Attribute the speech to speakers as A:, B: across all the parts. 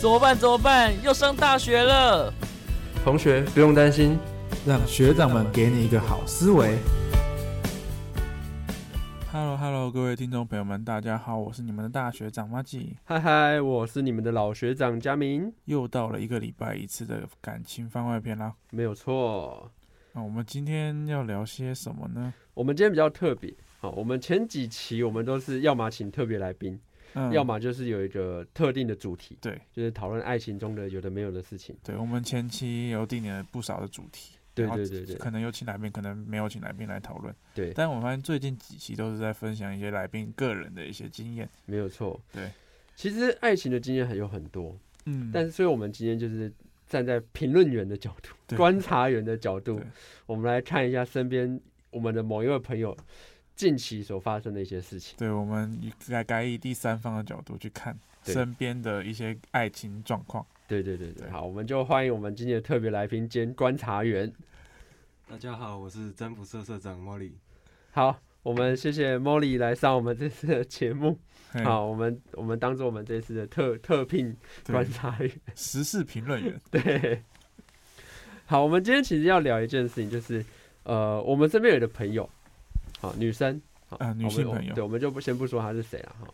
A: 怎么办？怎么办？要上大学了！
B: 同学不用担心，
C: 让学长们给你一个好思维。
D: Hello Hello，各位听众朋友们，大家好，我是你们的大学长马季，
B: 嗨嗨，我是你们的老学长佳明，
D: 又到了一个礼拜一次的感情番外篇啦。
B: 没有错。
D: 那我们今天要聊些什么呢？
B: 我们今天比较特别，好，我们前几期我们都是要么请特别来宾，
D: 嗯
B: 要么就是有一个特定的主题，
D: 对
B: 就是讨论爱情中的有的没有的事情。
D: 对，我们前期有定了不少的主题，
B: 对
D: 然后
B: 对对对
D: 可能有请来宾，可能没有请来宾来讨论。
B: 对，
D: 但我发现最近几期都是在分享一些来宾个人的一些经验。
B: 没有错。
D: 对，
B: 其实爱情的经验还有很多，
D: 嗯，
B: 但是所以我们今天就是站在评论员的角度、
D: 对
B: 观察员的角度
D: 对，
B: 我们来看一下身边我们的某一位朋友近期所发生的一些事情。
D: 对我们应该该以第三方的角度去看
B: 对
D: 身边的一些爱情状况。
B: 对对对对，
D: 对
B: 好，我们就欢迎我们今天的特别来宾兼观察员。
E: 大家好，我是占卜社社长莫莉。
B: 好，我们谢谢 Molly 来上我们这次的节目。
D: 嘿，
B: 好，我们我们当做我们这次的特特聘观
D: 对，
B: 察员。
D: 时事评论员，
B: 对，好，我们今天其实要聊一件事情，就是呃，我们身边有的朋友，好，女生，好，
D: 呃女
B: 我们
D: 性
B: 我
D: 朋友
B: 对，我们就不先不说她是谁了哈，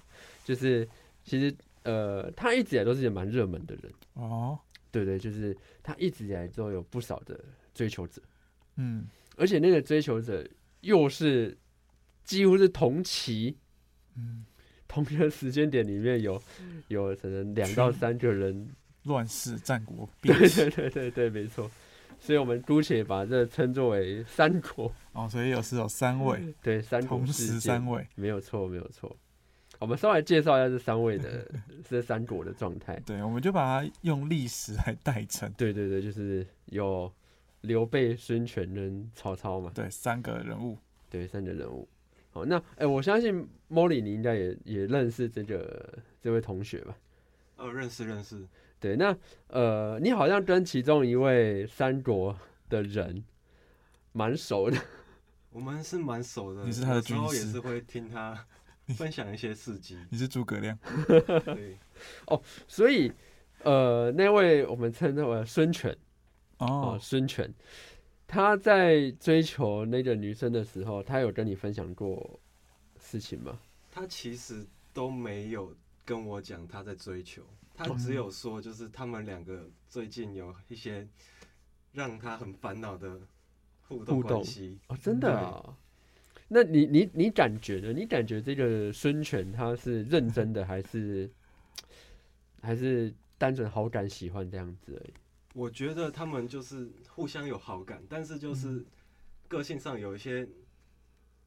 B: 就是其实呃，她一直以来都是一个蛮热门的人，
D: 哦，
B: 对对，就是她一直以来都有不少的追求者，
D: 嗯，
B: 而且那个追求者又是几乎是同期。
D: 嗯，
B: 同一个时间点里面有有可能两到三个人
D: 乱世战国变
B: 对
D: 起
B: 对对对对，没错。所以我们姑且把这称作为三国，
D: 哦，所以有时有三位，
B: 对三国
D: 同
B: 事
D: 时
B: 件
D: 三，位，
B: 没有错，没有错。我们稍微介绍一下这三位 的这三国的状态。
D: 对，我们就把它用历史来代称，
B: 对对对，就是有刘备、孙权跟曹操嘛，
D: 对，三个人物，
B: 对三个人物。好，那哎、我相信 Molly 你应该也也认识这个这位同学吧？
E: 呃，认识认识，
B: 对，那呃，你好像跟其中一位三国的人蛮熟的。
E: 我们是蛮熟的。
D: 你是他的
E: 有时候
D: 军
E: 也
D: 师
E: 是会 听他分享一些事迹。
D: 你是诸葛亮，
E: 对，
B: 所以，呃，那位我们称他为孙权啊，
D: 哦，
B: 孙权，他在追求那个女生的时候，他有跟你分享过事情吗？
E: 他其实都没有跟我讲他在追求，他只有说就是他们两个最近有一些让他很烦恼的互动
B: 互动
E: 关系。
B: 哦，真的啊？那你你你感觉呢？你感觉这个孙权他是认真的，还 是还是单纯好感喜欢这样子而已？
E: 我觉得他们就是互相有好感，但是
D: 嗯
E: 就是个性上有一些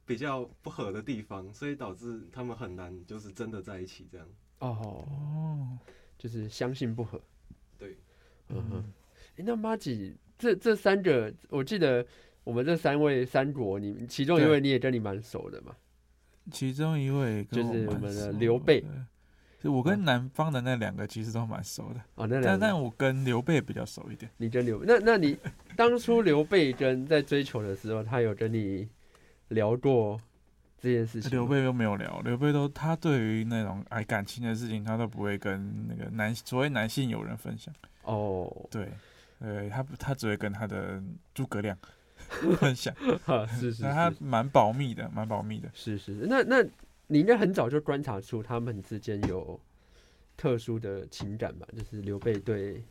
E: 比较不合的地方，所以导致他们很难就是真的在一起这样。
B: 哦，
D: 哦，
B: 就是相性不合。
E: 对，
B: 嗯哼。诶那妈吉，这这三个，我记得我们这三位三国，你其中一
D: 对
B: 位你也跟你蛮熟的嘛？
D: 其中一位
B: 就
D: 跟
B: 是
D: 我
B: 我
D: 蛮
B: 们的
D: 熟
B: 刘备
D: 的，就我跟南方的那两个其实都蛮熟的，
B: 哦，那两
D: 但但
B: 个，
D: 我跟刘备比较熟一点，
B: 你跟刘，那那 你当初刘备跟在追求的时候，他有跟你聊过这件事情吗？
D: 刘备都没有聊，刘备都他对于那种哎感情的事情，他都不会跟那个男所谓男性友人分享，
B: 哦，
D: 对，呃，他不他只会跟他的诸葛 亮分享，
B: 哈是是
D: 那他
B: 是
D: 蛮保密的，蛮保密的。
B: 是是，那那你应该很早就观察出他们之间有特殊的情感吧？就是刘备对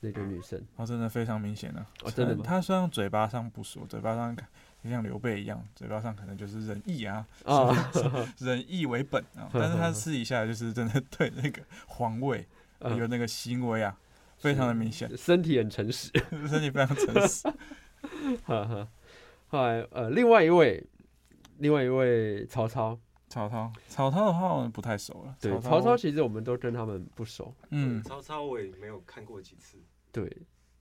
B: 那个女生，
D: 他真的非常明显啊！
B: 哦真的吗
D: 他虽然嘴巴上不说，嘴巴上也像刘备一样，嘴巴上可能就是仁义啊，
B: 啊
D: 是是仁义为本 啊，但是他私底下就是真的 对那个皇位
B: 呃
D: 有那个行为啊，非常的明显，
B: 身体很诚实。
D: 身体非常诚 实。
B: 哈哈，后来呃，另外一位，另外一位曹操，
D: 曹操，曹操的话我们不太熟了。
B: 对
D: 曹
B: 曹操，其实我们都跟他们不熟，
D: 嗯，
E: 曹操我也没有看过几次。
B: 对，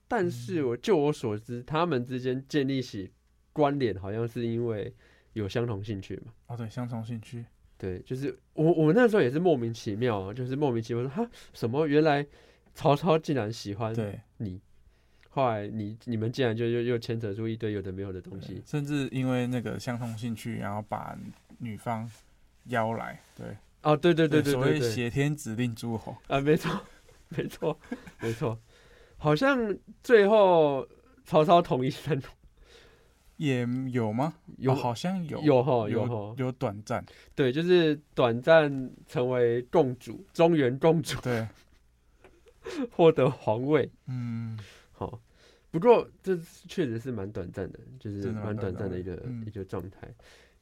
B: 但是我就我所知，他们之间建立起关联，好像是因为有相同兴趣嘛。
D: 哦对，相同兴趣，
B: 对，就是我我那时候也是莫名其妙，就是莫名其妙说哈什么，原来曹操竟然喜欢
D: 对，
B: 你，后来你你们竟然就又又牵扯出一堆有的没有的东西，
D: 甚至因为那个相同兴趣，然后把女方邀来，对
B: 哦，对对对对
D: 所
B: 对
D: 谓
B: 对，
D: 挟天子令诸侯。
B: 啊，没错，没错，没错，好像最后曹操同意三国，
D: 也有吗？
B: 有、
D: 哦好像有
B: 有哈有
D: 有
B: 哈，
D: 有短暂，
B: 对，就是短暂成为共主，中原共主，
D: 对，
B: 获得皇位。
D: 嗯，
B: 好、不过这确实是蛮短暂的，就是
D: 真的蛮
B: 蛮短
D: 短
B: 暂
D: 暂
B: 的
D: 的
B: 一个、
D: 嗯
B: 一个状态。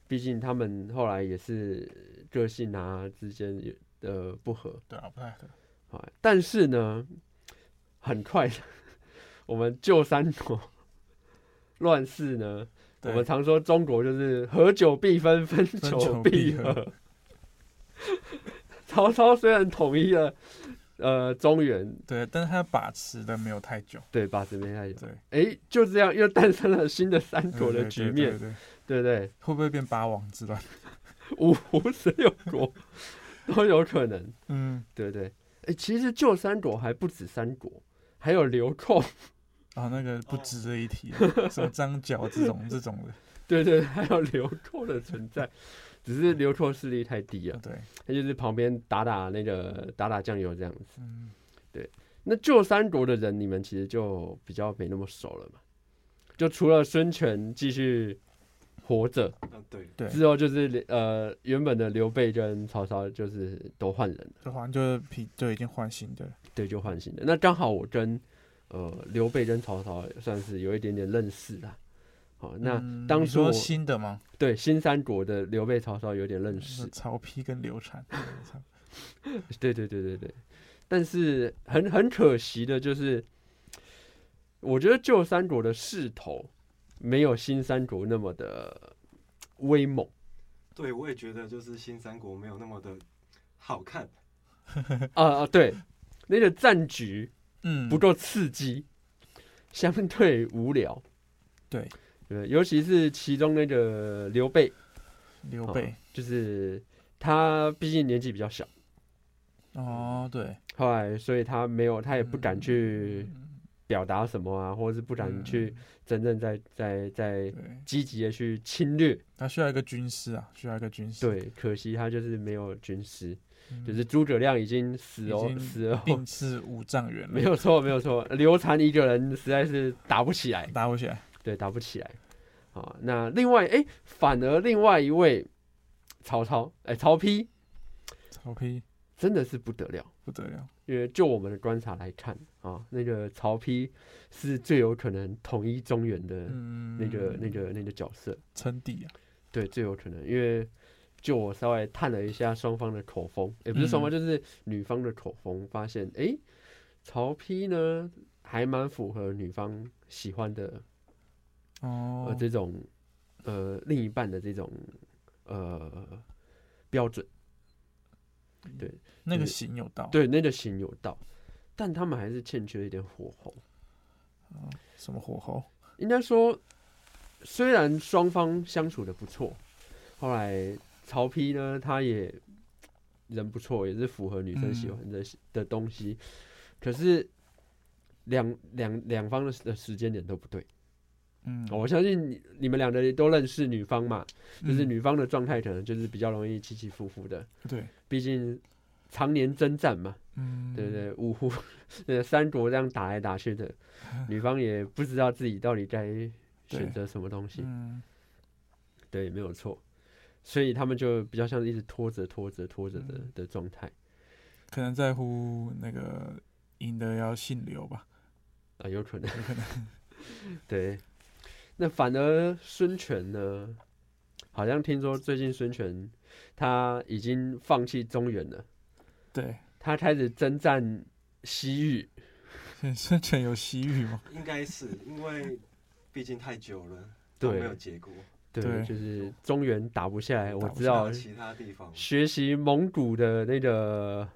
B: 毕竟他们后来也是个性啊之间有的不合，
D: 对啊，不太可能。
B: 啊，但是呢，很快的， 我们旧三国乱世呢，我
D: 对
B: 们常说中国就是合久必分，分久
D: 久
B: 必
D: 必
B: 合
D: 合。
B: 曹操虽然统一了呃中原，
D: 对，但是他把持的没有太久，
B: 对把持没太久，
D: 对，
B: 哎，就这样又诞生了新的三国
D: 对
B: 的
D: 对
B: 局
D: 对
B: 面，
D: 对对
B: 对不对？
D: 会不会变八王之乱？
B: 五胡十六国都有可能，
D: 嗯，
B: 对不对？哎，其实旧三国还不止三国，还有流寇。
D: 啊，那个不值得一提， 什么张角这种这种的，
B: 对对，还有流寇的存在，只是流寇势力太低了，
D: 对，
B: 他就是旁边打打那个打打酱油这样子。
D: 嗯，
B: 那旧三国的人，你们其实就比较没那么熟了嘛。就除了孙权继续活着
E: 啊，对，
D: 对，
B: 之后，就是呃原本的刘备跟曹操就是都换人了，
D: 就好像就是皮就已经换新的了，
B: 对，就换新的。那刚好我跟呃刘备跟曹操也算是有一点点认识啦。好，那
D: 嗯
B: 当
D: 你
B: 初我、
D: 说新的吗？
B: 对新三国的刘备、曹操有点认识
D: 是，曹丕跟嗯刘禅，操
B: 对对对对对，但是很很可惜的就是，我觉得旧三国的势头没有新三国那么的威猛。
E: 对我也觉得就是新三国没有那么的好看，
B: 啊啊，对，那个战局
D: 嗯，
B: 不够刺激，相对无聊。
D: 对
B: 对，尤其是其中那个刘备，
D: 刘
B: 啊
D: 备，
B: 就是他毕竟年纪比较小，
D: 哦，对，
B: 后来所以他没有，他也不敢去
D: 嗯
B: 表达什么啊，或者是不敢去，真正在在在
D: 嗯对，
B: 积极的去侵略。
D: 他需要一个军师啊，需要一个军师，
B: 对，可惜他就是没有军师，
D: 嗯，
B: 就是诸葛亮已经死
D: 已
B: 哦，
D: 经
B: 死哦，
D: 病逝五丈原了，
B: 没有错，没有 错。刘禅一个人实在是打不起来，
D: 打不起来，
B: 对，打不起来。啊，那另外，哎，反而另外一位曹操，哎，曹丕
D: 曹丕
B: 真的是不得了，
D: 不得了，
B: 因为就我们的观察来看啊，那个曹丕是最有可能统一中原的
D: 嗯，
B: 那个、那个、那个角色，
D: 称帝啊，
B: 对，最有可能，因为就我稍微探了一下双方的口风，也不是双方，
D: 嗯
B: 就是女方的口风，发现诶，曹丕呢还蛮符合女方喜欢的呃
D: 哦，
B: 这种呃另一半的这种呃标准，
D: 那个
B: 是
D: 行有道，
B: 对那个型有道，但他们还是欠缺一点火候。
D: 哦，什么火候，
B: 应该说，虽然双方相处的不错，后来曹丕呢，他也人不错，也是符合女生喜
D: 嗯
B: 欢的、的东西，可是两两两方的的时间点都不对。哦
D: 嗯，
B: 我相信你你们两个都认识女方嘛，就是
D: 嗯
B: 女方的状态可能就是比较容易起起伏伏的，
D: 对，
B: 毕竟常年征战嘛，
D: 嗯，
B: 对不对？五胡 呃三国这样打来打去的，女方也不知道自己到底该选择什么东西。
D: 嗯，
B: 对，没有错。所以他们就比较像是一直拖着、拖着、拖着的
D: 嗯
B: 的状态
D: 可能在乎那个赢得要姓刘吧，
B: 啊，有可能，有可能。 对，那反而孙权呢，好像听说最近孙权他已经放弃中原了，
D: 对，
B: 他开始征战西域。
D: 孙权有西域吗？
E: 应该是因为毕竟太久了，都哦没有
B: 对
E: 结果，
B: 对，
D: 对
B: 就是中原打不下来，我
D: 打不
B: 知
D: 下
E: 到
B: 道
E: 了其他地方，
B: 学习蒙古的那个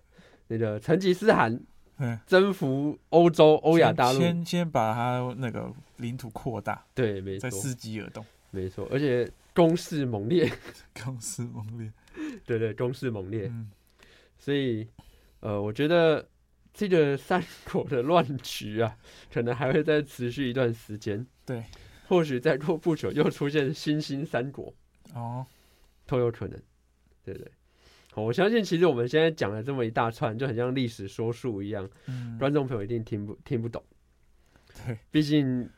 B: 那个成吉思汗
D: 嗯，
B: 征服欧洲、欧亚
D: 先
B: 大陆，
D: 先先把他那个领土扩大，
B: 对，没
D: 再
B: 错，
D: 伺机而动，
B: 没错，而且攻势猛烈，
D: 公私猛烈。
B: 对对，攻势猛烈，
D: 嗯，
B: 所以呃，我觉得这个三国的乱局啊，可能还会再持续一段时间。
D: 对，
B: 或许再过不久又出现新兴三国
D: 哦，
B: 都有可能，对不对？好我相信其实我们现在讲了这么一大串，就很像历史说述一样，
D: 嗯，
B: 观众朋友一定听不听不懂，
D: 对，
B: 毕竟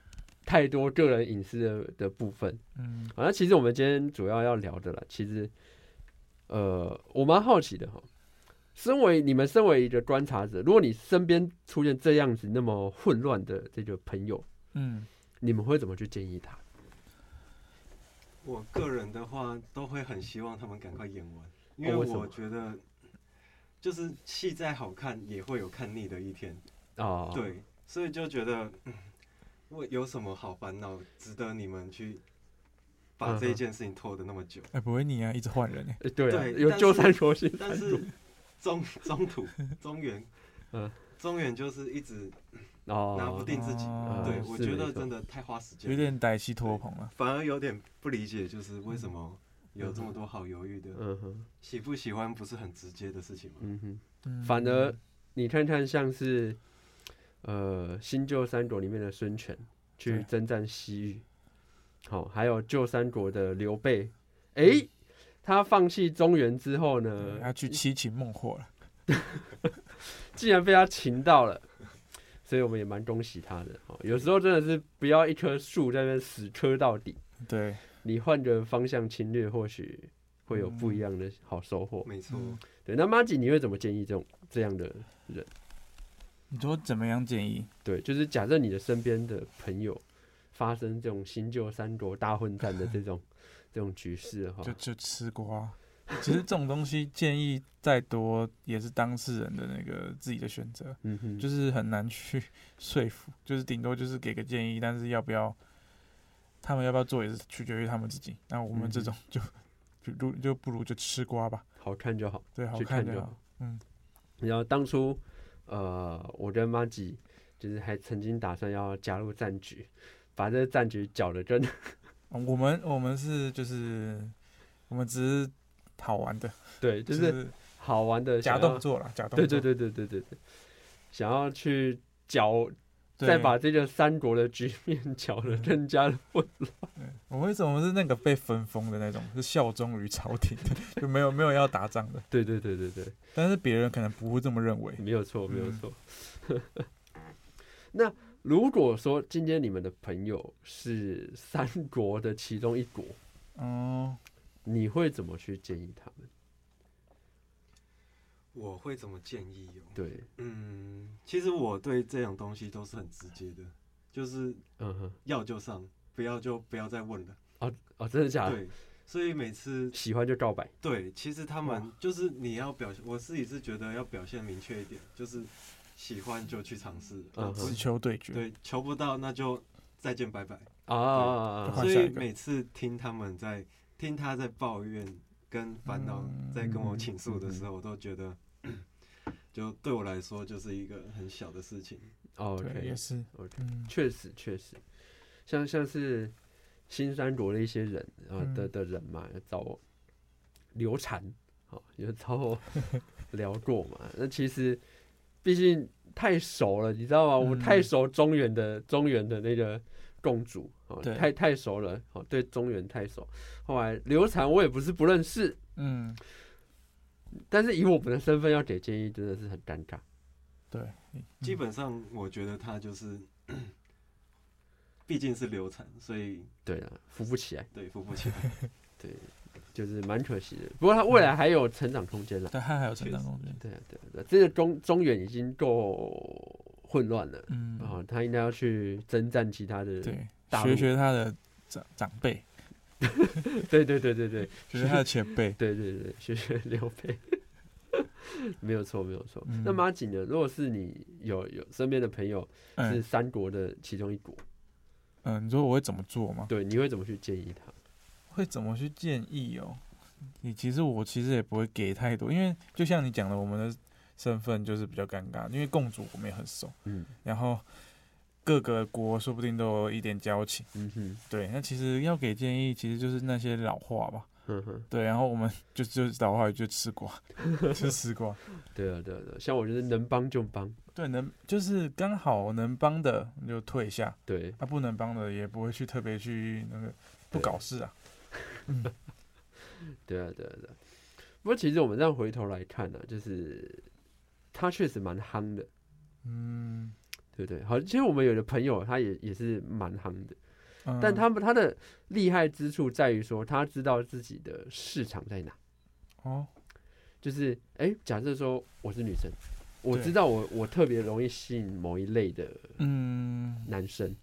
B: 太多个人隐私的的部分。
D: 嗯
B: 好，那其实我们今天主要要聊的啦，其实，呃，我蛮好奇的哈。身为你们身为一个观察者，如果你身边出现这样子那么混乱的这个朋友，
D: 嗯，
B: 你们会怎么去建议他？
E: 我个人的话，都会很希望他们赶快演完，因为
B: 哦为什么
E: 我觉得，就是戏再好看，也会有看腻的一天。
B: 啊、，
E: 对，所以就觉得，嗯我有什么好烦恼，值得你们去把这
B: 嗯
E: 一
B: 哼
E: 件事情拖得那么久？
D: 哎，不会你啊，一直换人哎，
B: 呃对啊，
E: 对
B: 有
E: 但
B: 鸠
E: 是
B: 山佛心
E: 但
B: 三
E: 是
B: 度
E: 中 中途中原，
B: 嗯
E: 中原就是一直拿不
B: 哦，
E: 定自己。
D: 哦
E: 对
B: 嗯，
E: 我
B: 是
E: 觉
B: 没
E: 得
B: 错
E: 真的太花时间
D: 有
E: 了，
D: 点歹戏拖棚了。
E: 反而有点不理解，就是为什么有这么多好犹豫的，
B: 嗯哼，
E: 喜不喜欢不是很直接的事情吗？
B: 嗯哼，
D: 嗯
B: 反而你看看像是，呃，新旧三国里面的孙权去
D: 对
B: 征战西域，好、还有旧三国的刘备，哎、他放弃中原之后呢
D: 对，他啊去七擒孟获了，
B: 竟然被他擒到了，所以我们也蛮恭喜他的。哦，有时候真的是不要一棵树在那边死磕到底，
D: 对，
B: 你换个方向侵略，或许会有不一样的好收获。
E: 没错，
D: 嗯
B: 对，那马吉你会怎么建议这种这样的？
D: 你说怎么样建议？
B: 对，就是假设你的身边的朋友发生这种新旧三国大混战的这 种这种局势的话
D: 就，就吃瓜。其实这种东西建议再多，也是当事人的那个自己的选择，
B: 嗯哼，
D: 就是是很难去 说服，就是顶多就是给个建议，但是要不要，他们要不要做也是取决于他们自己。那我
B: 嗯
D: 们这种就就 如就不如就吃瓜吧，
B: 好看就好，
D: 对，好
B: 去
D: 看
B: 看就
D: 就
B: 好
D: 好。。嗯，
B: 然后当初，呃，我跟马吉就是还曾经打算要加入战局，把这个战局搅得跟
D: 嗯我们我们是就是我们只是好玩的，
B: 对，就
D: 就是是
B: 好玩的
D: 假
B: 想
D: 动
B: 要
D: 作啦，假动作。
B: 对对对对对对对，想要去搅，
D: 对嗯
B: 再把这个三国的局面搅得更加的混。
D: 我为什么是那个被分封的那种，是效忠于朝廷的，就 没有没有要打仗的。
B: 对对对对对，
D: 但是别人可能不会这么认为。
B: 没有错，没有
D: 嗯
B: 错。 那如果说今天你们的朋友是三国的其中一国，
D: 哦，
B: 你会怎么去建议他们？
E: 我会怎么建议哦？
B: 对，
E: 嗯，其实我对这种东西都是很直接的，就是
B: 嗯哼，
E: 要就上，不要就不要再问了。
B: 哦，真的假的？
E: 对，所以每次
B: 喜欢就告白。
E: 对，其实他们就是你要表现，我自己是觉得要表现明确一点，就是喜欢就去尝试，
B: 嗯
D: 直球对决，
E: 对，求不到那就再见拜拜。
B: 啊，
D: 换
E: 所
D: 下
E: 以
D: 一个
E: 每次听他们在听他在抱怨跟烦恼，
D: 嗯
E: 在跟我倾诉的时候，我都觉得，就对我来说就是一个很小的事情。
B: 哦
D: 对，
B: ，OK，
D: 也是，
B: OK
D: 嗯，
B: 确实确实，像像是新三国的一些人啊、
D: 嗯
B: 的的人嘛，有找我刘禅，好、有找 我聊过嘛。那其实毕竟太熟了，你知道吗？我太
D: 嗯
B: 熟中原的中原的那个共主，哦，
D: 对
B: 太太熟了，哦，对中原太熟。后来刘禅我也不是不认识，
D: 嗯，
B: 但是以我们的身份要给建议，真的是很尴尬。
D: 对，嗯
E: 基本上，我觉得他就是， 毕竟是流产，所以
B: 对了，扶不起来，
E: 对扶不起来。
B: 就是蛮可惜的。不过他未来还有成长空间啦。
D: 但他还有成长空间，
B: 对啊，对啊，对啊，这个中中原已经够混乱了，
D: 嗯
B: 然、，后他应该要去征战其他的。
D: 对，
B: 哦大陆
D: 学学他的长长辈，
B: 对对对对对，
D: 学学他的前辈
B: 对对对，学学刘备， 没有错没有错。
D: 嗯
B: 那马景呢？如果是你有有身边的朋友是
D: 嗯
B: 三国的其中一国，
D: 嗯，你说我会怎么做吗？
B: 对，你会怎么去建议他？
D: 会怎么去建议哦？你其实我其实也不会给太多，因为就像你讲的，我们的身份就是比较尴尬，因为共主我们也很熟，
B: 嗯
D: 然后各个国说不定都有一点交情。
B: 嗯哼
D: 对，那其实要给建议，其实就是那些老话吧。
B: 哼嗯哼，
D: 对，然后我们就就老话就吃瓜， 就吃瓜。
B: 对啊对啊对啊，像我就是能帮就帮，
D: 对，能就是刚好能帮的你就退下，
B: 对
D: 啊不能帮的也不会去特别去那个不搞事啊。
B: 对啊对啊对啊。不过其实我们这样回头来看呢、啊就是他确实蛮憨的，
D: 嗯，
B: 对不对？好，其实我们有的朋友他也也是蛮憨的，
D: 嗯
B: 但他们他的厉害之处在于说，他知道自己的市场在哪。
D: 哦，
B: 就是哎、诶假设说我是女生，我
D: 对
B: 知道我我特别容易吸引某一类的
D: 嗯
B: 男生，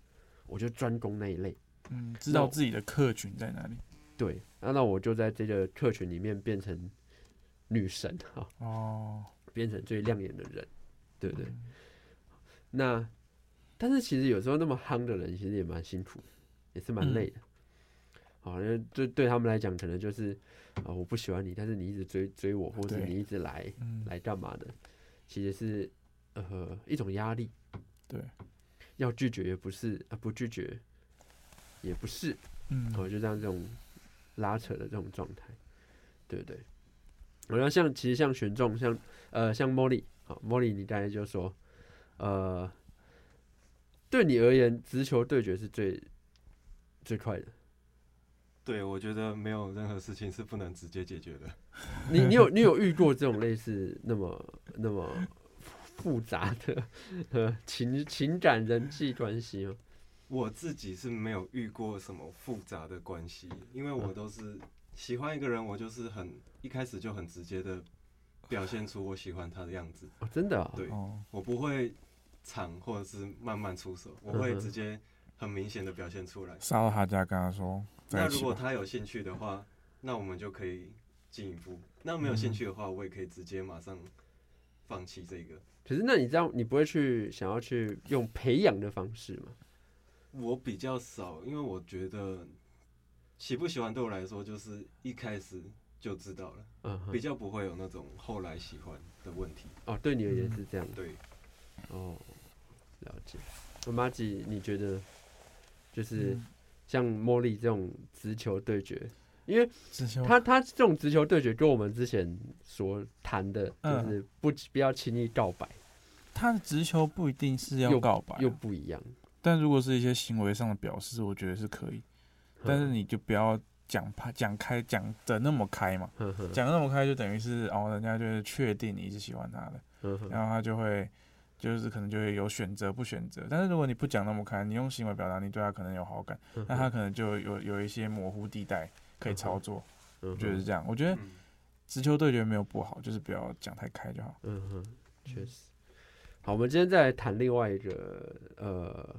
B: 我就专攻那一类。
D: 嗯，知
B: 那
D: 道
B: 我
D: 自己的客群在哪里
B: 对，那那我就在这个客群里面变成女神哈、
D: 哦，
B: 变成最亮眼的人，对不对？那但是其实有时候那么夯的人，其实也蛮辛苦，也是蛮
D: 嗯
B: 累的。好，那对对他们来讲，可能就是啊、我不喜欢你，但是你一直追追我，或是
D: 对
B: 你一直来
D: 嗯，
B: 来干嘛的，其实是呃一种压力。
D: 对，
B: 要拒绝也不是，啊、不拒绝也不是，
D: 嗯，
B: 哦，就像这种拉扯的这种状态，对不对？然后像其实像选中像呃像茉莉，好，茉莉你刚才就说，呃，对你而言，直球对决是最最快的。
E: 对，我觉得没有任何事情是不能直接解决的。
B: 你你有你有遇过这种类似那么那么复杂的呃情情感人际关系吗？
E: 我自己是没有遇过什么复杂的关系，因为我都是喜欢一个人，我就是很一开始就很直接的表现出我喜欢他的样子，
B: 哦，真的啊、
E: 对
D: 哦，
E: 我不会藏或者是慢慢出手，我
B: 嗯
E: 会
B: 哼
E: 直接很明显的表现出来。
D: 杀到他家跟他说在
E: 那
D: 一
E: 如
D: 起
E: 果
D: 吧，
E: 他有兴趣的话，那我们就可以进一步；那没有兴趣的话，我也可以直接马上放弃这个。
B: 可是那你这样，你不会去想要去用培养的方式吗？
E: 我比较少，因为我觉得喜不喜欢对我来说，就是一开始就知道了，
B: 嗯
E: 比
B: 哼，
E: 较不会有那种后来喜欢的问题。
B: 哦，对你而言是这样。
E: 对，
B: 哦，了解。那马吉，你觉得就是
D: 嗯
B: 像茉莉这种直球对决，因为
D: 之前我
B: 他他这种直球对决跟我们之前所谈的，就
D: 嗯
B: 是不不要轻易告白
D: 他的直球不一定是要
B: 又
D: 告白啊，
B: 又不一样。
D: 但如果是一些行为上的表示，我觉得是可以，
B: 嗯
D: 但是你就不要讲怕讲开讲的那么开嘛，
B: 呵呵
D: 讲得那么开就等于是哦，人家就是确定你是喜欢他的，
B: 呵呵
D: 然后他就会就是可能就会有选择不选择。但是如果你不讲那么开，你用行为表达你对他可能有好感，
B: 呵
D: 那他
B: 呵，
D: 可能就有有一些模糊地带
B: 嗯
D: 可以操作，
B: 我
D: 我觉得是这样。我觉得
E: 嗯，
D: 直球对决没有不好，就是不要讲太开就好。
B: 嗯哼，确实。好，我们今天再来谈另外一个呃，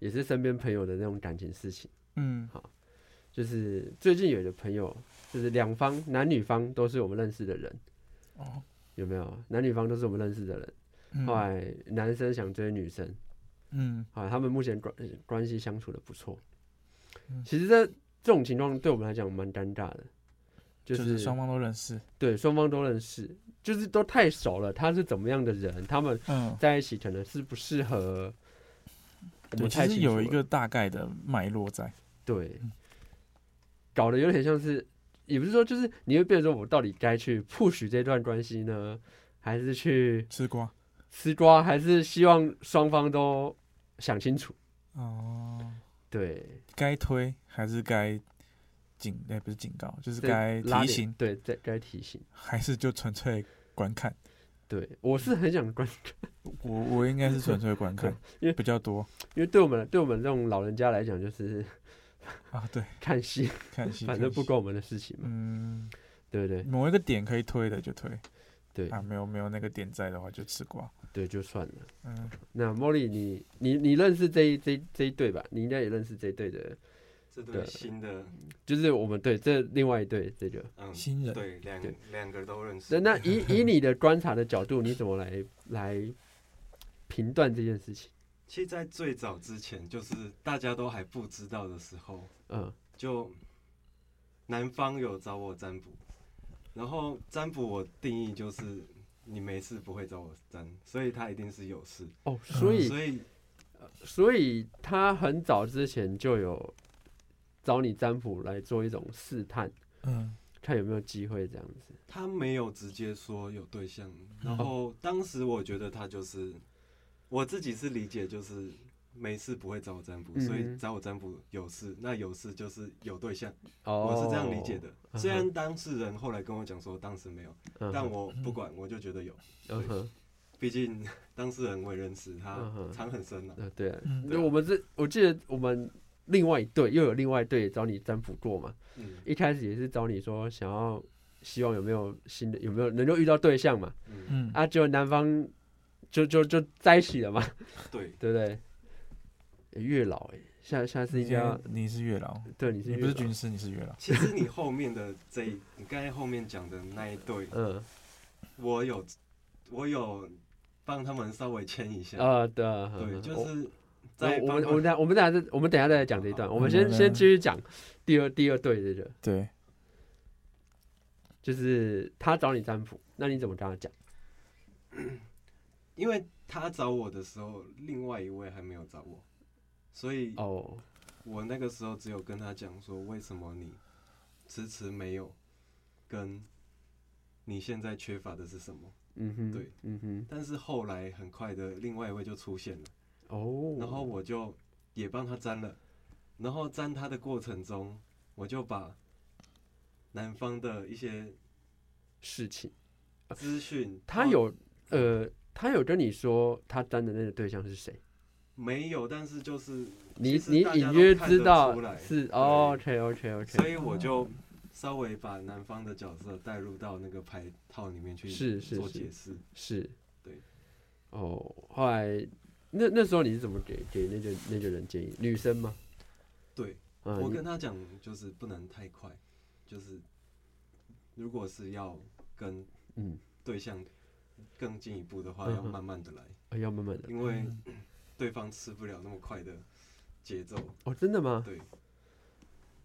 B: 也是身边朋友的那种感情事情。
D: 嗯
B: 就是最近有一个朋友，就是两方男女方都是我们认识的人，
D: 哦，
B: 有没有？男女方都是我们认识的人。
D: 嗯
B: 后来男生想追女生，
D: 嗯
B: 啊，他们目前关呃关系相处的不错
D: 嗯。
B: 其实这这种情况对我们来讲蛮尴尬的，就
D: 就是
B: 是
D: 双方都认识，
B: 对双方都认识，就是都太熟了，他是怎么样的人，他们
D: 嗯。
B: 在一起可能适不适合，我
D: 对，
B: 们
D: 其
B: 太
D: 实
B: 清楚
D: 有一
B: 了
D: 个大概的脉络在。
B: 对
D: 嗯，
B: 搞得有点像是，也不是说就是你会变成说我到底该去 push 这段关系呢，还是去
D: 吃瓜。
B: 吃瓜，还是希望双方都想清楚。
D: 哦，
B: 对，
D: 该推还是该警？哎、不是警告，就是
B: 再
D: 该
B: 拉
D: 提
B: 点
D: 醒，
B: 对，该该提醒。
D: 还是就纯粹 观看？
B: 对，我是很想关， ，
D: 我我应该是纯粹观看
B: 因为
D: 比较多
B: 因为对我们对我们这种老人家来讲，就是
D: 啊。对，
B: 看戏，
D: 看戏，
B: 反
D: 看
B: 正不
D: 戏。
B: 关我们的事情嘛，
D: 嗯，
B: 对不对？
D: 某一个点可以推的就推
B: 对
D: 啊，没有没有那个点在的话就吃瓜。
B: 对，就算了。
D: 嗯，
B: 那茉莉，你你你认识这一这一这一对吧？你应该也认识这一对的，
E: 这
B: 对
E: 对新的，
B: 就是我们对这另外一对这个。
E: 嗯，
D: 新人
E: 对两
B: 对
E: 两个都认识
B: 那。那以以你的观察的角度，你怎么来来评断这件事情？
E: 其实，在最早之前，就是大家都还不知道的时候，
B: 嗯
E: 就男方有找我占卜，然后占卜我定义就是你没事不会找我占，所以他一定是有事，
B: 哦，所以、
E: 所以
B: 所以他很早之前就有找你占卜来做一种试探，
D: 嗯，
B: 看有没有机会这样子。
E: 他没有直接说有对
B: 嗯
E: 象。然后当时我觉得他就是我自己是理解，就是没事不会找我占卜，
B: 嗯哼
E: 所以找我占卜有事，那有事就是有对象，
B: 哦，嗯
E: 我是这样理解的。
B: 哼
E: 虽然当事人后来跟我讲说当时没有，
B: 嗯哼，
E: 但我不管，我就觉得有，
B: 嗯哼，
E: 毕竟 当事人我也认识，他
B: 嗯哼
E: 藏很深了、
B: 嗯对啊，
D: 嗯
E: 对
B: 那
E: 啊
B: 我们这我记得我们另外一队又有另外一队找你占卜过嘛，
E: 嗯
B: 一开始也是找你说想要希望有没有新的有没有能够遇到对象嘛，
E: 嗯，
D: 嗯，
B: 啊，结果男方就就就在一起了嘛，
E: 对，
B: 对不对？欸月老哎、下下次
D: 你
B: 应该要
D: 你是月老，
B: 对你是
D: 你不
B: 月
D: 是
B: 老
D: 军师，你是月老。
E: 其实你后面的这一，你刚才后面讲的那一对，
B: 嗯
E: 我有，我有帮他们稍微牵一下，
B: 啊对啊，
E: 对，
B: 嗯
E: 就
B: 我
E: 是在
B: 我我们
E: 帮他
B: 我们等下我们等下再我们等下再来讲这一段，
E: 好
B: 我们
D: 好
B: 先
D: 好
B: 先继续讲第二第二对这个，
D: 对，
B: 就是他找你占卜，那你怎么跟他讲？
E: 因为他找我的时候，另外一位还没有找我，所以
B: 哦，
E: 我那个时候只有跟他讲说，为什么你迟迟没有跟你现在缺乏的是什么？
B: 嗯哼，
E: 对，
B: 嗯哼，
E: 但是后来很快的，另外一位就出现了，
B: 哦，
E: 然后我就也帮他粘了，然后粘他的过程中，我就把男方的一些
B: 事情，
E: 资讯，哦
B: 他有呃，他有跟你说他占的那个对象是谁？
E: 没有？但是就是
B: 你
E: 其
B: 你
E: 实大家
B: 隐
E: 都
B: 约
E: 看
B: 知
E: 得
B: 道
E: 出来
B: 是
E: 对
B: 哦，OK OK
E: 所
B: OK，
E: 以我就稍微把男方的角色带入到那个牌套里面去
B: 是是
E: 做
B: 是
E: 解释。
B: 是，
E: 对，
B: 哦，后来那那时候你是怎么给给那个那个人建议？女生吗？
E: 对
B: 嗯，
E: 我
B: 你
E: 跟他讲，就是不能太快，就是如果是要跟
B: 嗯，
E: 对象更进一步的话，
B: 嗯
E: 要
B: 嗯
E: 慢慢的来，
B: 哎要慢慢的
E: 因为 对方吃不了那么快的节奏，
B: 哦，真的吗？
E: 对，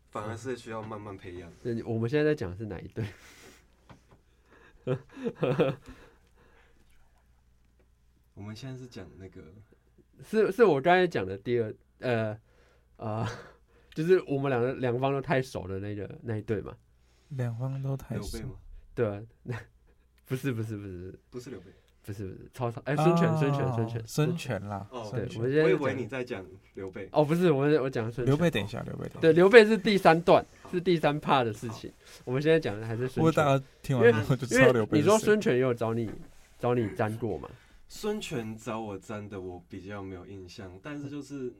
E: 反而是需要慢慢培养。
B: 那你我们现在在讲的是哪一对？
E: 我们现在是讲那个，
B: 是是我刚才讲的第二呃呃，就是我们两个两方都太熟的那个那一对嘛？
D: 两方都太
E: 刘备
D: 熟。
E: 吗？
B: 对啊，那不是不是不是
E: 不是刘备
B: 不是不是曹操哎孙权孙权孙
D: 哦
B: 权
D: 孙权啦，
E: 哦，
B: 对
D: 孙权
B: 我现在
E: 我以
B: 在
E: 为
B: 讲
E: 你在讲刘备。
B: 哦不是我我讲孙
D: 刘
B: 权
D: 备等一下，刘备等一下。
B: 对刘备是第三段是第三帕的事情，我们现在讲的还是孙
D: 不过
B: 权。
D: 大家听
B: 因
D: 完
B: 为
D: 之后就知
B: 因
D: 道刘
B: 为
D: 备
B: 你
D: 是
B: 说
D: 谁
B: 孙权也有找你找你沾过嘛？
E: 孙权找我粘的，我比较没有印象，但是就是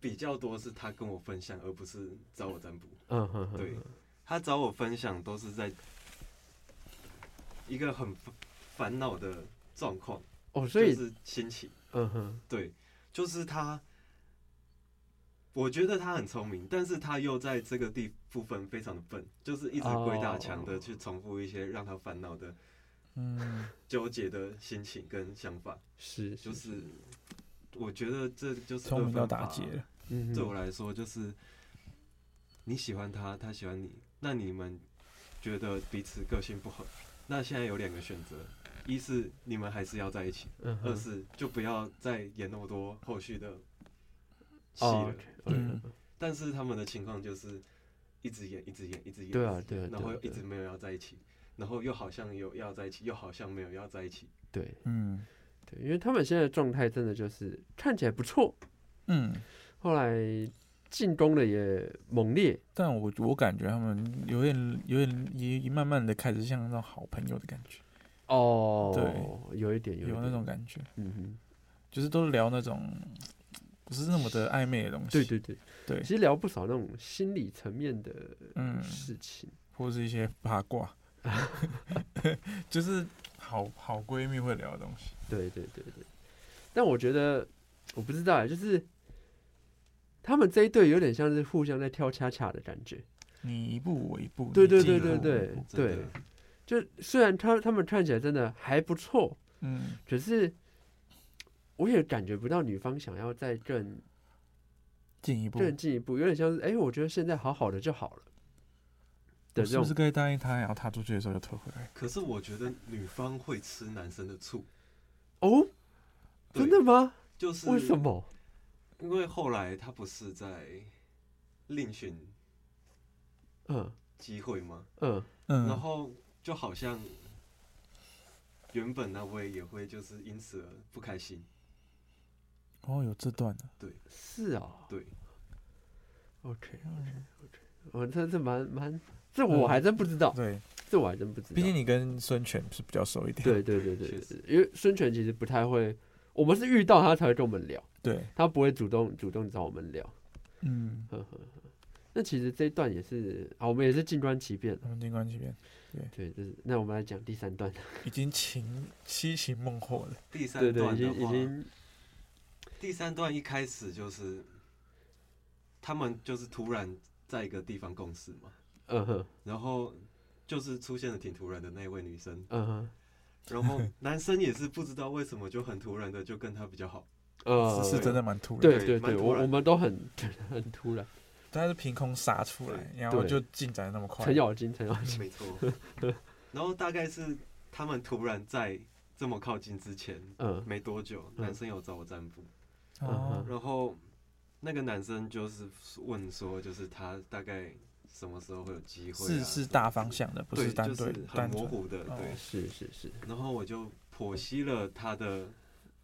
E: 比较多是他跟我分享，而不是找我占卜。
B: 嗯哼哼，
E: 对，他找我分享都是在一个很烦烦恼的状况，
B: 哦，所
E: 就
B: 以
E: 是心情。
B: 嗯哼，
E: 对，就是他，我觉得他很聪明，但是他又在这个地部分非常的笨，就是一直鬼打墙
B: 哦
E: 的去重复一些让他烦恼的
D: 嗯，
E: 纠结的心情跟想法。
B: 是
E: 就，是我觉得这就是
D: 聪明到
E: 二分
D: 打
E: 法啊
D: 劫了。
B: 嗯
E: 对我
B: 哼，
E: 来说，就是你喜欢他，他喜欢你，那你们觉得彼此个性不合，那现在有两个选择：一是你们还是要在一起，
B: 嗯
E: 二
B: 哼，
E: 是就不要再演那么多后续的戏了。
B: 哦，OK，OK，
D: 嗯
E: 但是他们的情况就是一直演，一直演，一直演，
B: 对啊
E: 一直演
B: 对啊对啊
E: 然后
B: 对啊
E: 一直没有要在一起，然后又好像有要在一起，又好像没有要在一起。
B: 对
D: 嗯
B: 对，因为他们现在的状态真的就是看起来不错，
D: 嗯，
B: 后来进攻的也猛烈，
D: 但我我感觉他们有点有点也慢慢的开始像那种好朋友的感觉，
B: 哦，
D: 对，
B: 有一点有一
D: 有那
B: 点
D: 种，感觉，
B: 嗯哼，
D: 就是都聊那种不是那么的暧昧的东西，
B: 对对对，
D: 对
B: 其实聊不少那种心理层面的
D: 嗯，
B: 事情，
D: 或是一些八 卦，就是好好闺蜜会聊的东西。
B: 对对对对，但我觉得我不知道欸，就是他们这一队有点像是互相在跳恰恰的感觉。
D: 你一步我一步，
B: 对
D: 你
B: 对对
D: 进一步
B: 对
D: 我一
B: 对
D: 步
E: 真的
B: 对，就虽然他他们看起来真的还不错，
D: 嗯，
B: 可是我也感觉不到女方想要再更
D: 进一步，
B: 更进一步，有点像是哎、诶我觉得现在好好的就好了的这
D: 我哦是不
B: 种
D: 是。可以答应他，然后他出去的时候就退回来？
E: 可是我觉得女方会吃男生的醋，
B: 哦，真
E: 对
B: 的吗？
E: 就是
B: 为什？么？
E: 因为后来他不是在另寻
B: 嗯
E: 机会吗？
B: 嗯
E: 然
D: 嗯，
E: 后就好像原本那位也会就是因此而不开心，
F: 哦，有这段的、
B: 是啊、
E: 对
B: ，OK，我哦这这蛮蛮，这我还真不知道，
F: 对，
B: 这我还真不知道。
D: 哦毕竟你跟孙权是比较熟一点。
B: 对对对对
E: 确
B: 对
E: 实，
B: 因为孙权其实不太会，我们是遇到他才会跟我们聊，
D: 对，
B: 他不会主动主动找我们聊。
F: 嗯，
B: 呵呵呵，那其实这一段也是啊，我们也是静观其变了。
F: 我们静观其变，
B: 对，就是那我们来讲第三段。
D: 已经情七情梦惑了。
E: 第三
B: 对对，
E: 段
B: 已
E: 的
B: 经已
E: 话，
B: 经
E: 第三段一开始就是他们就是突然在一个地方共事嘛，
B: 嗯哼
E: 然后就是出现了挺突然的那位女生，
B: 嗯哼
E: 然后男生也是不知道为什么就很突然的就跟她比较好，
B: 呃，
F: 是是真的蛮突然的，
B: 对
E: 对
B: 对
E: 蛮
B: 对，
E: 突
B: 我
E: 然
B: 我们都很 很突然，
D: 但是凭空杀出来，然后
B: 对
D: 就进展得那么快哦
B: 程。咬金，程咬金。
E: 没 错。然后大概是他们突然在这么靠近之前
B: 嗯
E: 没多久，
B: 嗯
E: 男生有找我占卜，
F: 哦
B: 嗯
E: 然后那个男生就是问说，就是他大概什么时候会有机会、啊？
F: 是是大方向的，不
E: 对，
F: 是单
E: 就是很
F: 单
E: 模
D: 嗯
F: 纯。
E: 糊的，
F: 哦
E: 对。
B: 是是是，
E: 然后我就剖析了他的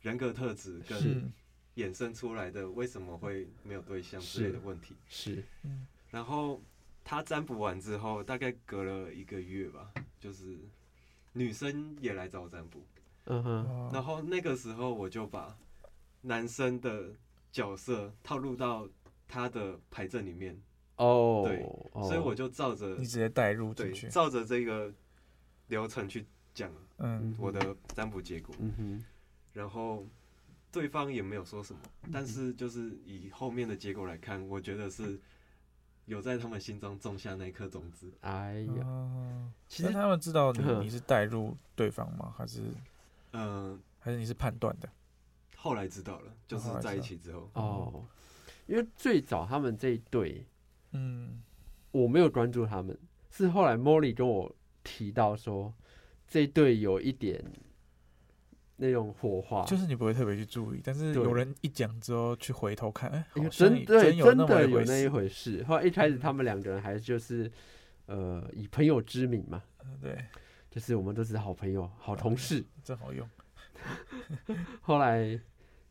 E: 人格特质跟
F: 嗯
E: 衍生出来的为什么会没有对象之类的
B: 是
E: 问题。
B: 是，
D: 嗯
E: 然后他占卜完之后，大概隔了一个月吧，就是女生也来找我占卜，
B: 嗯哼，
D: 哦
E: 然后那个时候我就把男生的角色套入到他的牌阵里面，
B: 哦，
E: 对
B: 哦
E: 所以我就照着
D: 你直接带入
E: 对
D: 进去。
E: 照着这个流程去讲
D: 嗯，
E: 我，的占卜结果，
B: 嗯哼，
E: 然后对方也没有说什么，
D: 嗯
E: 但是就是以后面的结果来看，我觉得是有在他们心中种下那颗种子。
B: 哎呀，
D: 哦
B: 其
D: 那
B: 实
D: 他们知道你
B: 嗯
D: 你是带入对方吗？还是
E: 嗯、
D: 还是你是判断的？
E: 后来知道了，就
D: 哦
E: 是
D: 后来知道
E: 在一起之后，
B: 哦，因为最早他们这一对，
D: 嗯，
B: 我没有关注他们，是后来 Molly 跟我提到说，这一对有一点那种火花，
D: 就是你不会特别去注意，但是
B: 啊对
D: 有人一讲之后去回头看，哎，
B: 因为
D: 好像
B: 真
D: 也
B: 对
D: 有
B: 真
D: 那么
B: 的
D: 一
B: 有
D: 回
B: 那一
D: 事。嗯
B: 回事。后来一开始他们两个人还就是呃以朋友之名嘛，
D: 嗯对，
B: 就是我们都是好朋友、好同事。
D: 真好用。
B: 后来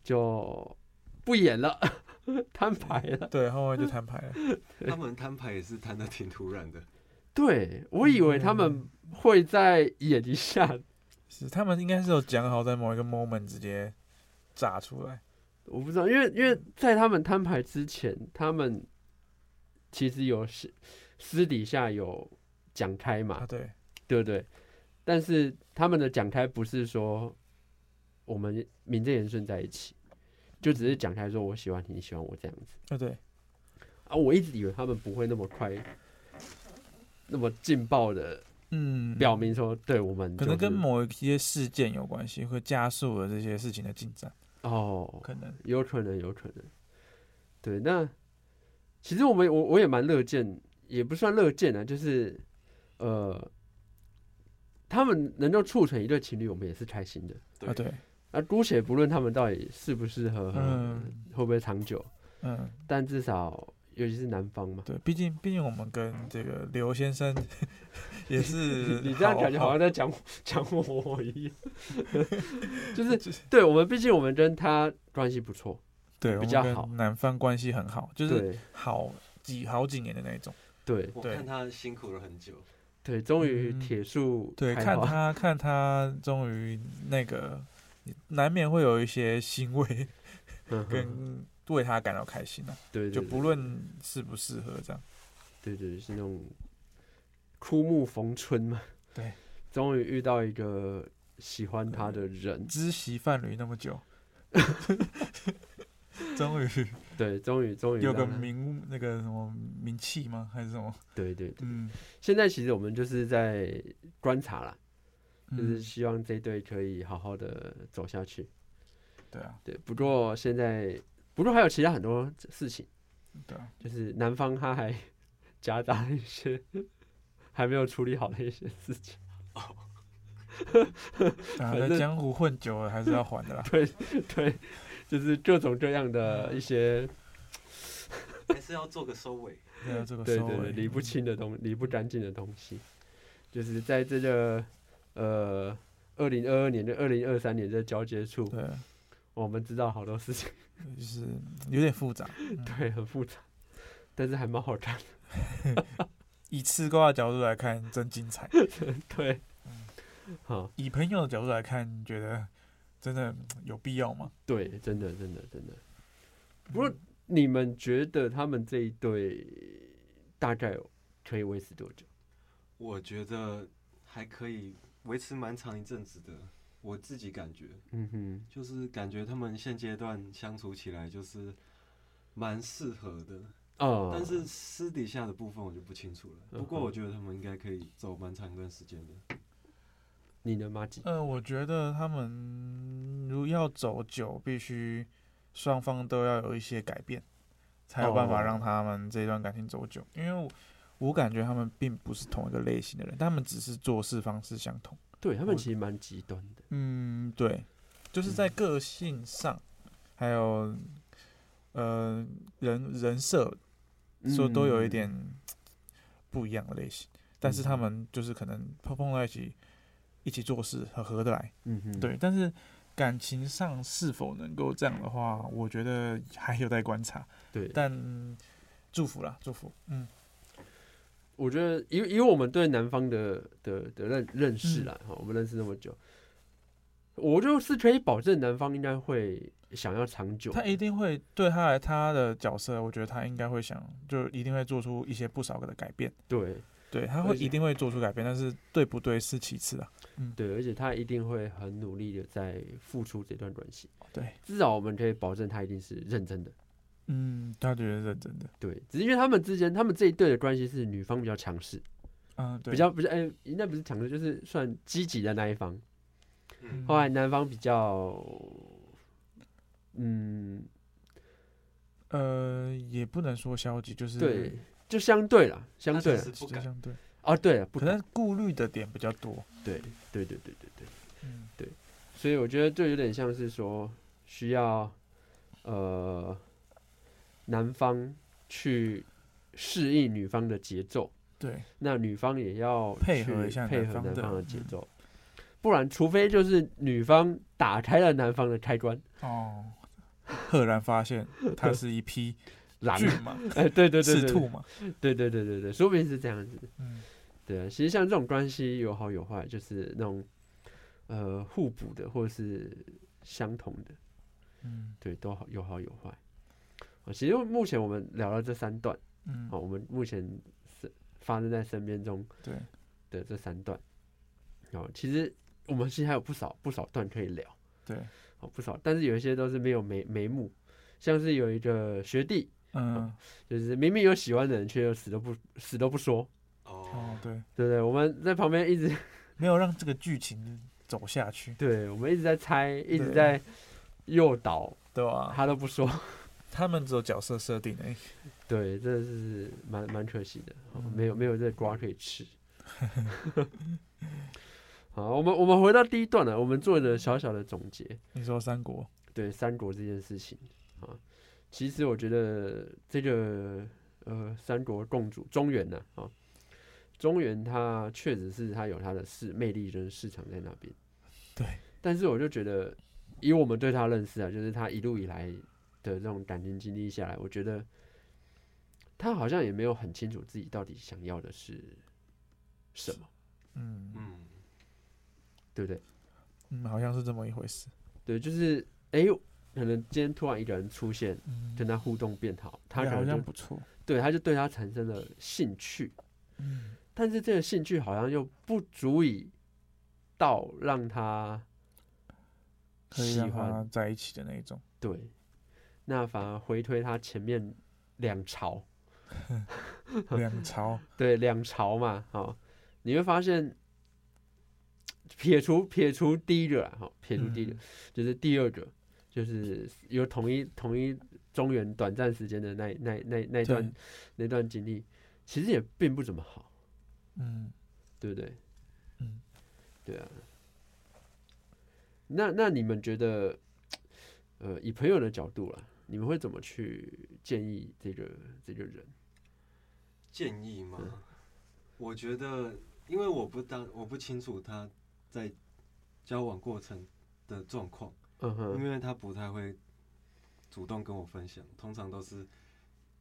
B: 就不演了， 摊牌了。
D: 对，后面就摊牌了。
E: 他们摊牌也是摊的挺突然的，
B: 对我以为他
D: 嗯
B: 们会再演一下，
D: 是他们应该是有讲好，在某一个 moment 直接炸出来。
B: 我不知道，因为因为在他们摊牌之前，他们其实有私私底下有讲开嘛
D: 啊，，对，
B: 对不对？但是他们的讲开不是说我们名正言顺在一起，就只是讲开说我喜欢你，你喜欢我这样子
D: 啊对，
B: 啊。我一直以为他们不会那么快，那么劲爆的
D: 嗯，
B: 表明说对我们、
D: 可能跟某一些事件有关系，会加速了这些事情的进展。
B: 哦，
D: 可能
B: 有可能，有可能。对，那其实我们我我也蛮乐见，也不算乐见啊，就是呃，他们能够促成一对情侣，我们也是开心的。
E: 对，
D: 啊，对，
B: 那姑且不论他们到底适不适合，
D: 嗯
B: 会不会长久，
D: 嗯，
B: 但至少尤其是南方嘛，
D: 对，毕竟毕竟我们跟这个刘先生 也 是
B: 你这样感觉好像在讲 讲我一样， 就是对我们，毕竟我们跟他关系不错，
D: 对
B: 比较好，
D: 我们跟男方关系很好，就是
B: 对
D: 好几好几年的那一种。
B: 对
E: 我
D: 对
E: 看他辛苦了很久，
B: 对，终于
D: 嗯
B: 铁树
D: 对，
B: 开
D: 看
B: 花
D: 他看他终于那个，难免会有一些欣慰
B: 嗯哼
D: 跟为他感到开心啊，
B: 对对
D: 就
B: 对
D: 不论适不适合这样。
B: 对对，是那种枯木逢春嘛。
D: 对，
B: 终于遇到一个喜欢他的人，
D: 知席伴侣那么 久，终于
B: 对，终于终于
D: 有个
B: 让他，
D: 名那个什么名气吗？还是什么？
B: 对对对。
D: 嗯，
B: 现在其实我们就是在观察啦，就是
D: 嗯
B: 希望这对可以好好的走下去。
D: 对啊，
B: 对，不过现在，不过还有其他很多事情，
D: 对啊，
B: 就是南方他还 夹杂了一些还没有处理好的一些事情。
D: 啊
B: 反
D: 在
B: 正。
D: 江湖混久了还是要还的 啦
B: 对对，就是各种各样的
D: 嗯
B: 一 些
E: 还是要做个收尾。
D: 对啊，这个
B: 对
D: 收
B: 对对，
D: 尾
B: 理不清的东，理不干净的东西，就是在这个呃二零二二年跟二零二三年的交接处，
D: 对，
B: 我们知道好多事情，
D: 就是有点复杂。
B: 对，很复杂，但是还蛮好看的。
D: 以吃瓜的角度来看，真精彩；
B: 对，
D: 嗯
B: 好，
D: 以朋友的角度来看，你觉得真的嗯有必要吗？
B: 对，真的，真的，真的。
D: 嗯
B: 不过你们觉得他们这一对大概可以维持多久？
E: 我觉得还可以维持蛮长一阵子的，我自己感觉
B: 嗯哼，
E: 就是感觉他们现阶段相处起来就是蛮适合的，
B: 哦、
E: 但是私底下的部分我就不清楚了。不过
B: 嗯哼
E: 我觉得他们应该可以走蛮长一段时间的。
B: 你的马吉，
D: 呃，我觉得他们如要走久，必须双方都要有一些改变，才有办法
B: 哦
D: 让他们这段感情走久。因为我我感觉他们并不是同一个类型的人，他们只是做事方式相同。
B: 对他们
D: 我
B: 其实蛮极端的。
D: 嗯，对，就是在
B: 嗯
D: 个性上，还有呃人人设，
B: 嗯
D: 说都有一点不一样的类型，但是他
B: 嗯
D: 们就是可能碰碰到一起，一起做事很合得来。
B: 嗯，嗯哼，
D: 对，但是感情上是否能够这样的话，我觉得还有待观察。
B: 对，
D: 但祝福啦，祝福。嗯，
B: 我觉得以以我们对南方的的的认认识啦，
D: 嗯
B: 哈、我们认识那么久，我就是可以保证南方应该会想要长久的。
D: 他一定会对他来他的角色，我觉得他应该会想，就一定会做出一些不少的改变。
B: 对
D: 对，他
B: 而
D: 会
B: 且
D: 一定会做出改变，但是对不对是其次的。
B: 对，而且他一定会很努力的在付出这段关系。
D: 对，
B: 至少我们可以保证他一定是认真的。
D: 嗯，他觉得认真的，
B: 对，只是因为他们之间，他们这一对的关系是女方比较强势，
D: 嗯，对，
B: 比较不是哎、那不是强势，就是算积极的那一方。
D: 嗯
B: 后来男方比较，嗯，
D: 呃，也不能说消极，就是
B: 对，，就相对啦，相
E: 他
B: 对
E: 其
B: 啦
E: 实
D: 就
E: 不敢，
D: 相对，
B: 啊，对了，不
D: 可能顾虑的点比较多。
B: 对，对对对对对，
D: 嗯，
B: 所以我觉得这有点像是说需要呃男方去适应女方的节奏，
D: 对，
B: 那女方也要
D: 配合
B: 去
D: 一下
B: 配
D: 男
B: 合
D: 方
B: 男
D: 的
B: 方的节
D: 嗯
B: 奏，不然除非就是女方打开了男方的开关，
D: 哦，赫然发现他是 一匹
B: 狼，
D: 骏马，
B: 哎， 对对对
D: 赤
B: 对
D: 兔嘛。
B: 对对对对对，说不定是这样子。
D: 嗯，
B: 对啊，其实像这种关系有好有坏，就是那种呃互补的或者是相同的，
D: 嗯
B: 对，都好有好有坏。啊，其实目前我们聊了这三段，啊
D: 嗯
B: 好、，我们目前是发生在身边中
D: 对，
B: 的这三段，哦，其实我们其实还有不少不少段可以聊，
D: 对，
B: 哦，不少，但是有一些都是没有眉眉目，像是有一个学弟，
D: 嗯，
B: 就是明明有喜欢的人，却又死都不死都不说，
E: 哦
D: 哦，，对，
B: 对不对？我们在旁边一直，
D: 没有让这个剧情走下去
B: 对，我们一直在猜，一直
D: 对啊
B: 在诱导，
D: 对吧？
B: 他都不说。
D: 他们只有角色设定而已。
B: 对，真的是蛮蛮可惜的，哦
D: 嗯
B: 没有没有这瓜可以吃。 好，我们我们回到第一段了，我们做的小小的总结，
D: 你说三国，
B: 对三国这件事情啊，其实我觉得这个呃三国共主中原呐啊中原它确实是它有它的市魅力跟市场在那边，
D: 对，
B: 但是我就觉得以我们对他认识啊，就是他一路以来的这种感情经历下来，我觉得他好像也没有很清楚自己到底想要的是什么，
D: 嗯
E: 嗯，
B: 对不对？
D: 嗯，好像是这么一回事。
B: 对，就是哎、诶可能今天突然一个人出现，
D: 嗯，
B: 跟他互动变好，他
D: 也
B: 可
D: 啊好
B: 能就
D: 像不错。
B: 对，他就对他产生了兴趣，
D: 嗯，
B: 但是这个兴趣好像又不足以到让他
D: 可以
B: 喜
D: 让他
B: 欢，
D: 在一起的那一 种。
B: 对，那反而回推他前面两朝，
D: 两朝，
B: 对，两朝嘛，哦，你会发现，撇除撇除第一个啦，哈、撇除第一个、
D: 嗯
B: 就是第二个，就是有统一统一中原短暂时间的那那那那
D: 对
B: 段，那段经历，其实也并不怎么好。
D: 嗯，
B: 对不对？
D: 嗯，
B: 对啊。那那你们觉得，呃，以朋友的角度啦，你们会怎么去建议这个这个人？
E: 建议吗
B: 嗯？
E: 我觉得，因为我不当我不清楚他在交往过程的状况，
B: 嗯
E: 因
B: 哼，
E: 为他不太会主动跟我分享，通常都是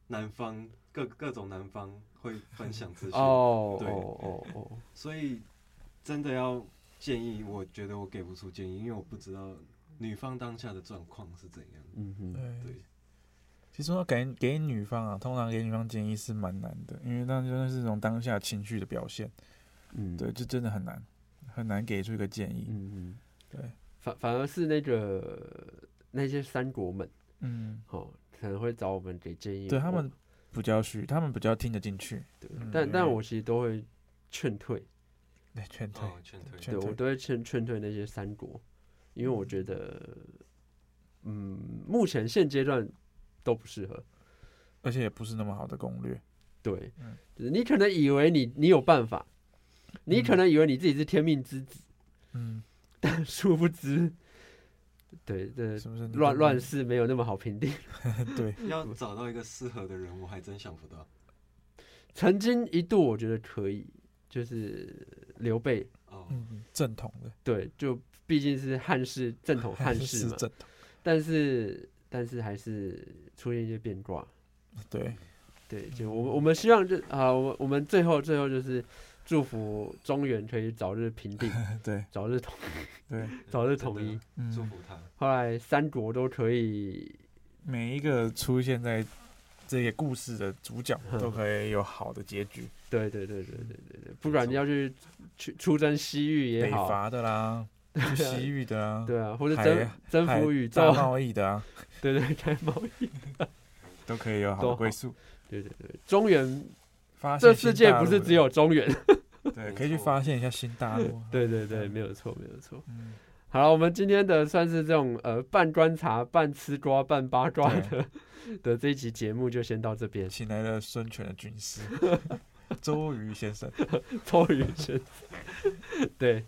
E: 男方各各种男方会分享资讯，
B: 哦
E: 对
B: 哦哦哦，
E: 所以真的要建议，我觉得我给不出建议，因为我不知道女方当下的状况是怎样。
B: 嗯哼，
D: 对，
E: 对，
D: 其实要给给女方啊，通常给女方建议是蛮难的，因为那真的是一种当下情绪的表现，
B: 嗯，
D: 对，，这真的很难，很难给出一个建议。
B: 嗯嗯，
D: 对，
B: 反反而是那个那些三国们，
D: 嗯，
B: 哦，可能会找我们给建议，
D: 对他们，比较虚，他们比较听得进去，
B: 对
D: 嗯，
B: 但但
D: 对
B: 我其实都会劝退，
D: 对，劝退，
E: 哦，劝退，
D: 劝
B: 对我
D: 退
B: 都会劝劝退那些三国，因为我觉得，嗯，目前现阶段都不适合。
D: 而且也不是那么好的攻略。
B: 对
D: 嗯，
B: 就是你可能以为你你有办法，你可
D: 嗯
B: 能以为你自己是天命之子，
D: 嗯，
B: 但殊不知，对，这
D: 是不是你
B: 乱
D: 根本
B: 乱世没有那么好评定。
D: 对，
E: 要找到一个适合的人，我还真想不到。
B: 曾经一度我觉得可以，就是刘备，
E: 哦，
D: 嗯，正统的
B: 对，就毕竟是汉室正统汉室
D: 是
B: 嘛，
D: 正统，
B: 但是但是还是出现一些变卦。
D: 对，
B: 对，就
D: 嗯
B: 我们我们希望就啊，我们我们最后最后就是祝福中原可以早日平 定，
D: 对，
B: 早日统
D: 对，
B: 早日
E: 真
B: 统
E: 的
B: 一。
E: 祝
D: 嗯，
E: 福他。
B: 后来三国都可以，
D: 每一个出现在这个故事的主 角
B: 嗯
D: 都可以有好的结局，
B: 对对对对对对对，不
E: 没
B: 管你
E: 错
B: 要去去出征西域也
D: 北
B: 好，啊
D: 伐的 啦，去西域的啦，
B: 对啊，或者
D: 海
B: 征征
D: 海
B: 服宇
D: 大
B: 宙，
D: 贸易的啊，
B: 对对对，开贸易，
D: 都可以有好
B: 都
D: 的
B: 好
D: 归宿。
B: 对对对，中原
D: 发
B: 这
D: 现
B: 世
D: 新
B: 界
D: 大
B: 不
D: 陆
B: 是
D: 的
B: 只有中 原，
D: 对，
E: 没
D: 可以去
E: 错
D: 发现一下新大陆 啊。
B: 对对对，
D: 嗯
B: 没有错没有错。
D: 嗯，
B: 好了，我们今天的算是这种呃半观察、半吃瓜、半八卦的的这一集节目就先到这边。
D: 请来了孙权的军 师周瑜先生，
B: 周瑜先 生。对，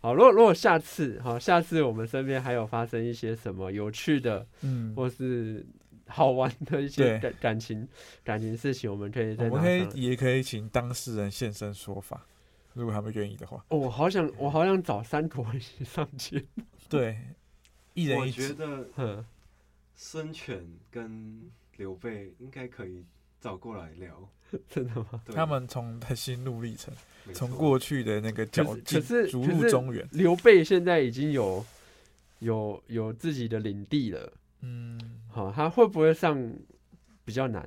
B: 好，如果如果下次好，下次我们身边还有发生一些什么有趣的
D: 嗯，
B: 或是 好玩的一些
D: 对
B: 感感情感情事情，我们可以
D: 我
B: 再
D: 们
B: 拿
D: 可以
B: 上来。
D: 也可以请当事人现身说法，如果他们愿意的话。
B: 哦，我好想，我好想找三国一起上 去。
D: 对，一人
E: 我
D: 一
E: 觉
D: 指，
E: 得
B: 嗯，
E: 孙权跟刘备应该可以找过来聊，
B: 真的吗？
E: 对
D: 他们从他心路历程，
E: 没错
D: 从过去的那个
B: 可
D: 脚
B: 是可
D: 进
B: 是
D: 逐
B: 可
D: 鹿
B: 是
D: 中原，
B: 刘备现在已经有有有自己的领地了，
D: 嗯
B: 好，他会不会上比较难？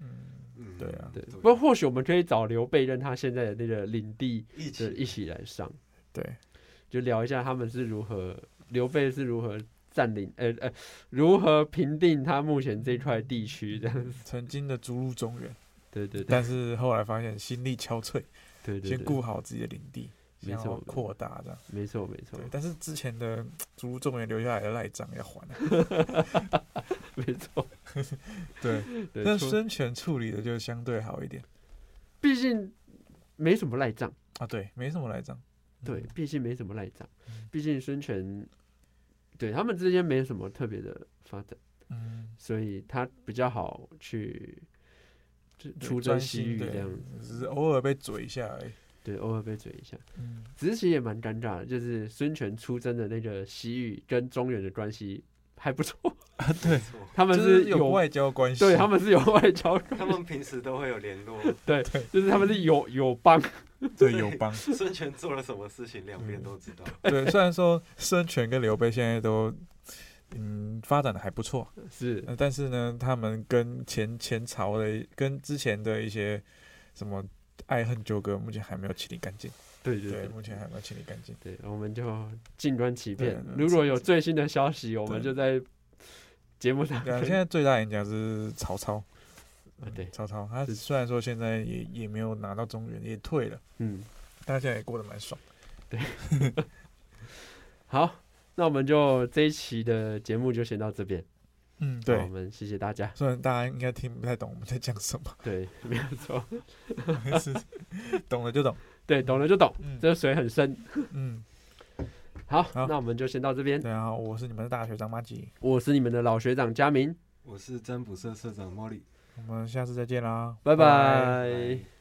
D: 嗯，
E: 嗯
D: 对啊
B: 对，不过或许我们可以找刘备跟他现在的那个领地
E: 一
B: 的
E: 起
B: 一起来上。
D: 对，
B: 就聊一下他们是如何，刘备是如何占领，呃呃，如何平定他目前这块地区这样子。
D: 曾经的逐鹿中原，
B: 对对对
D: 但是后来发现心力憔悴，
B: 对对
D: 先
B: 对，
D: 顾好自己的领地，
B: 没
D: 想要
B: 错
D: 扩大这样。
B: 没错没错
D: 对，但是之前的逐鹿中原留下来的赖账 要还啊。
B: 没错。
D: 对，
B: 对
D: 但
B: 除
D: 孙权处理的就相对好一点
B: 毕竟没什么赖账，
D: 啊，对，没什么赖账。
B: 对
D: 嗯，，
B: 毕竟没什么赖账
D: 嗯，
B: 毕竟孙权对他们之间没什么特别的发展，
D: 嗯，
B: 所以他比较好去。就
D: 对
B: 出征
D: 专
B: 西
D: 心
B: 域
D: 对
B: 这样子，
D: 嗯只是偶尔被嘴一下而已。
B: 对，偶尔被嘴一下。
D: 嗯，
B: 只是其实也蛮尴尬的，就是孙权出征的那个西域跟中原的关系还不错，
D: 啊，对，
E: 错，
B: 他们
D: 就是
B: 有
D: 有外交关系，
B: 对他们是有外交，
E: 他们平时都会有联络。
B: 就是他们是有友邦，
D: 对友邦。
E: 孙权做了什么事情，两边都知道。
D: 对，虽然说孙权跟刘备现在都。嗯，发展的还不错、
B: 是
D: 呃，但是呢，他们跟前前朝的、跟之前的一些什么爱恨纠葛，目前还没有清理干净。
B: 对对
D: 对，
B: 对
D: 目前还没有清理干净。
B: 对，我们就静观其变
D: 对。
B: 如果有最新的消息，我们就在节目上
D: 对啊，现在最大赢家是曹操。嗯
B: 对
D: 曹操，他
B: 是
D: 虽然说现在也也没有拿到中原，也退了，
B: 嗯，
D: 但他现在也过得蛮爽。
B: 好，那我们就这一期的节目就先到这边，
D: 嗯，
B: 好我
D: 对。
B: 们谢谢大家，
D: 虽然大家应该听不太懂我们在讲什么，
B: 对，没有错，
D: 但是 懂了就懂。
B: 对，懂了就懂，
D: 嗯
B: 这水很深。
D: 嗯，
B: 好，
D: 好
B: 那我们就先到这边，
D: 大家好，我是你们的大学长马吉，
B: 我是你们的老学长佳明，
E: 我是占卜社社长莫莉，
D: 我们下次再见啦，
B: 拜拜
E: 拜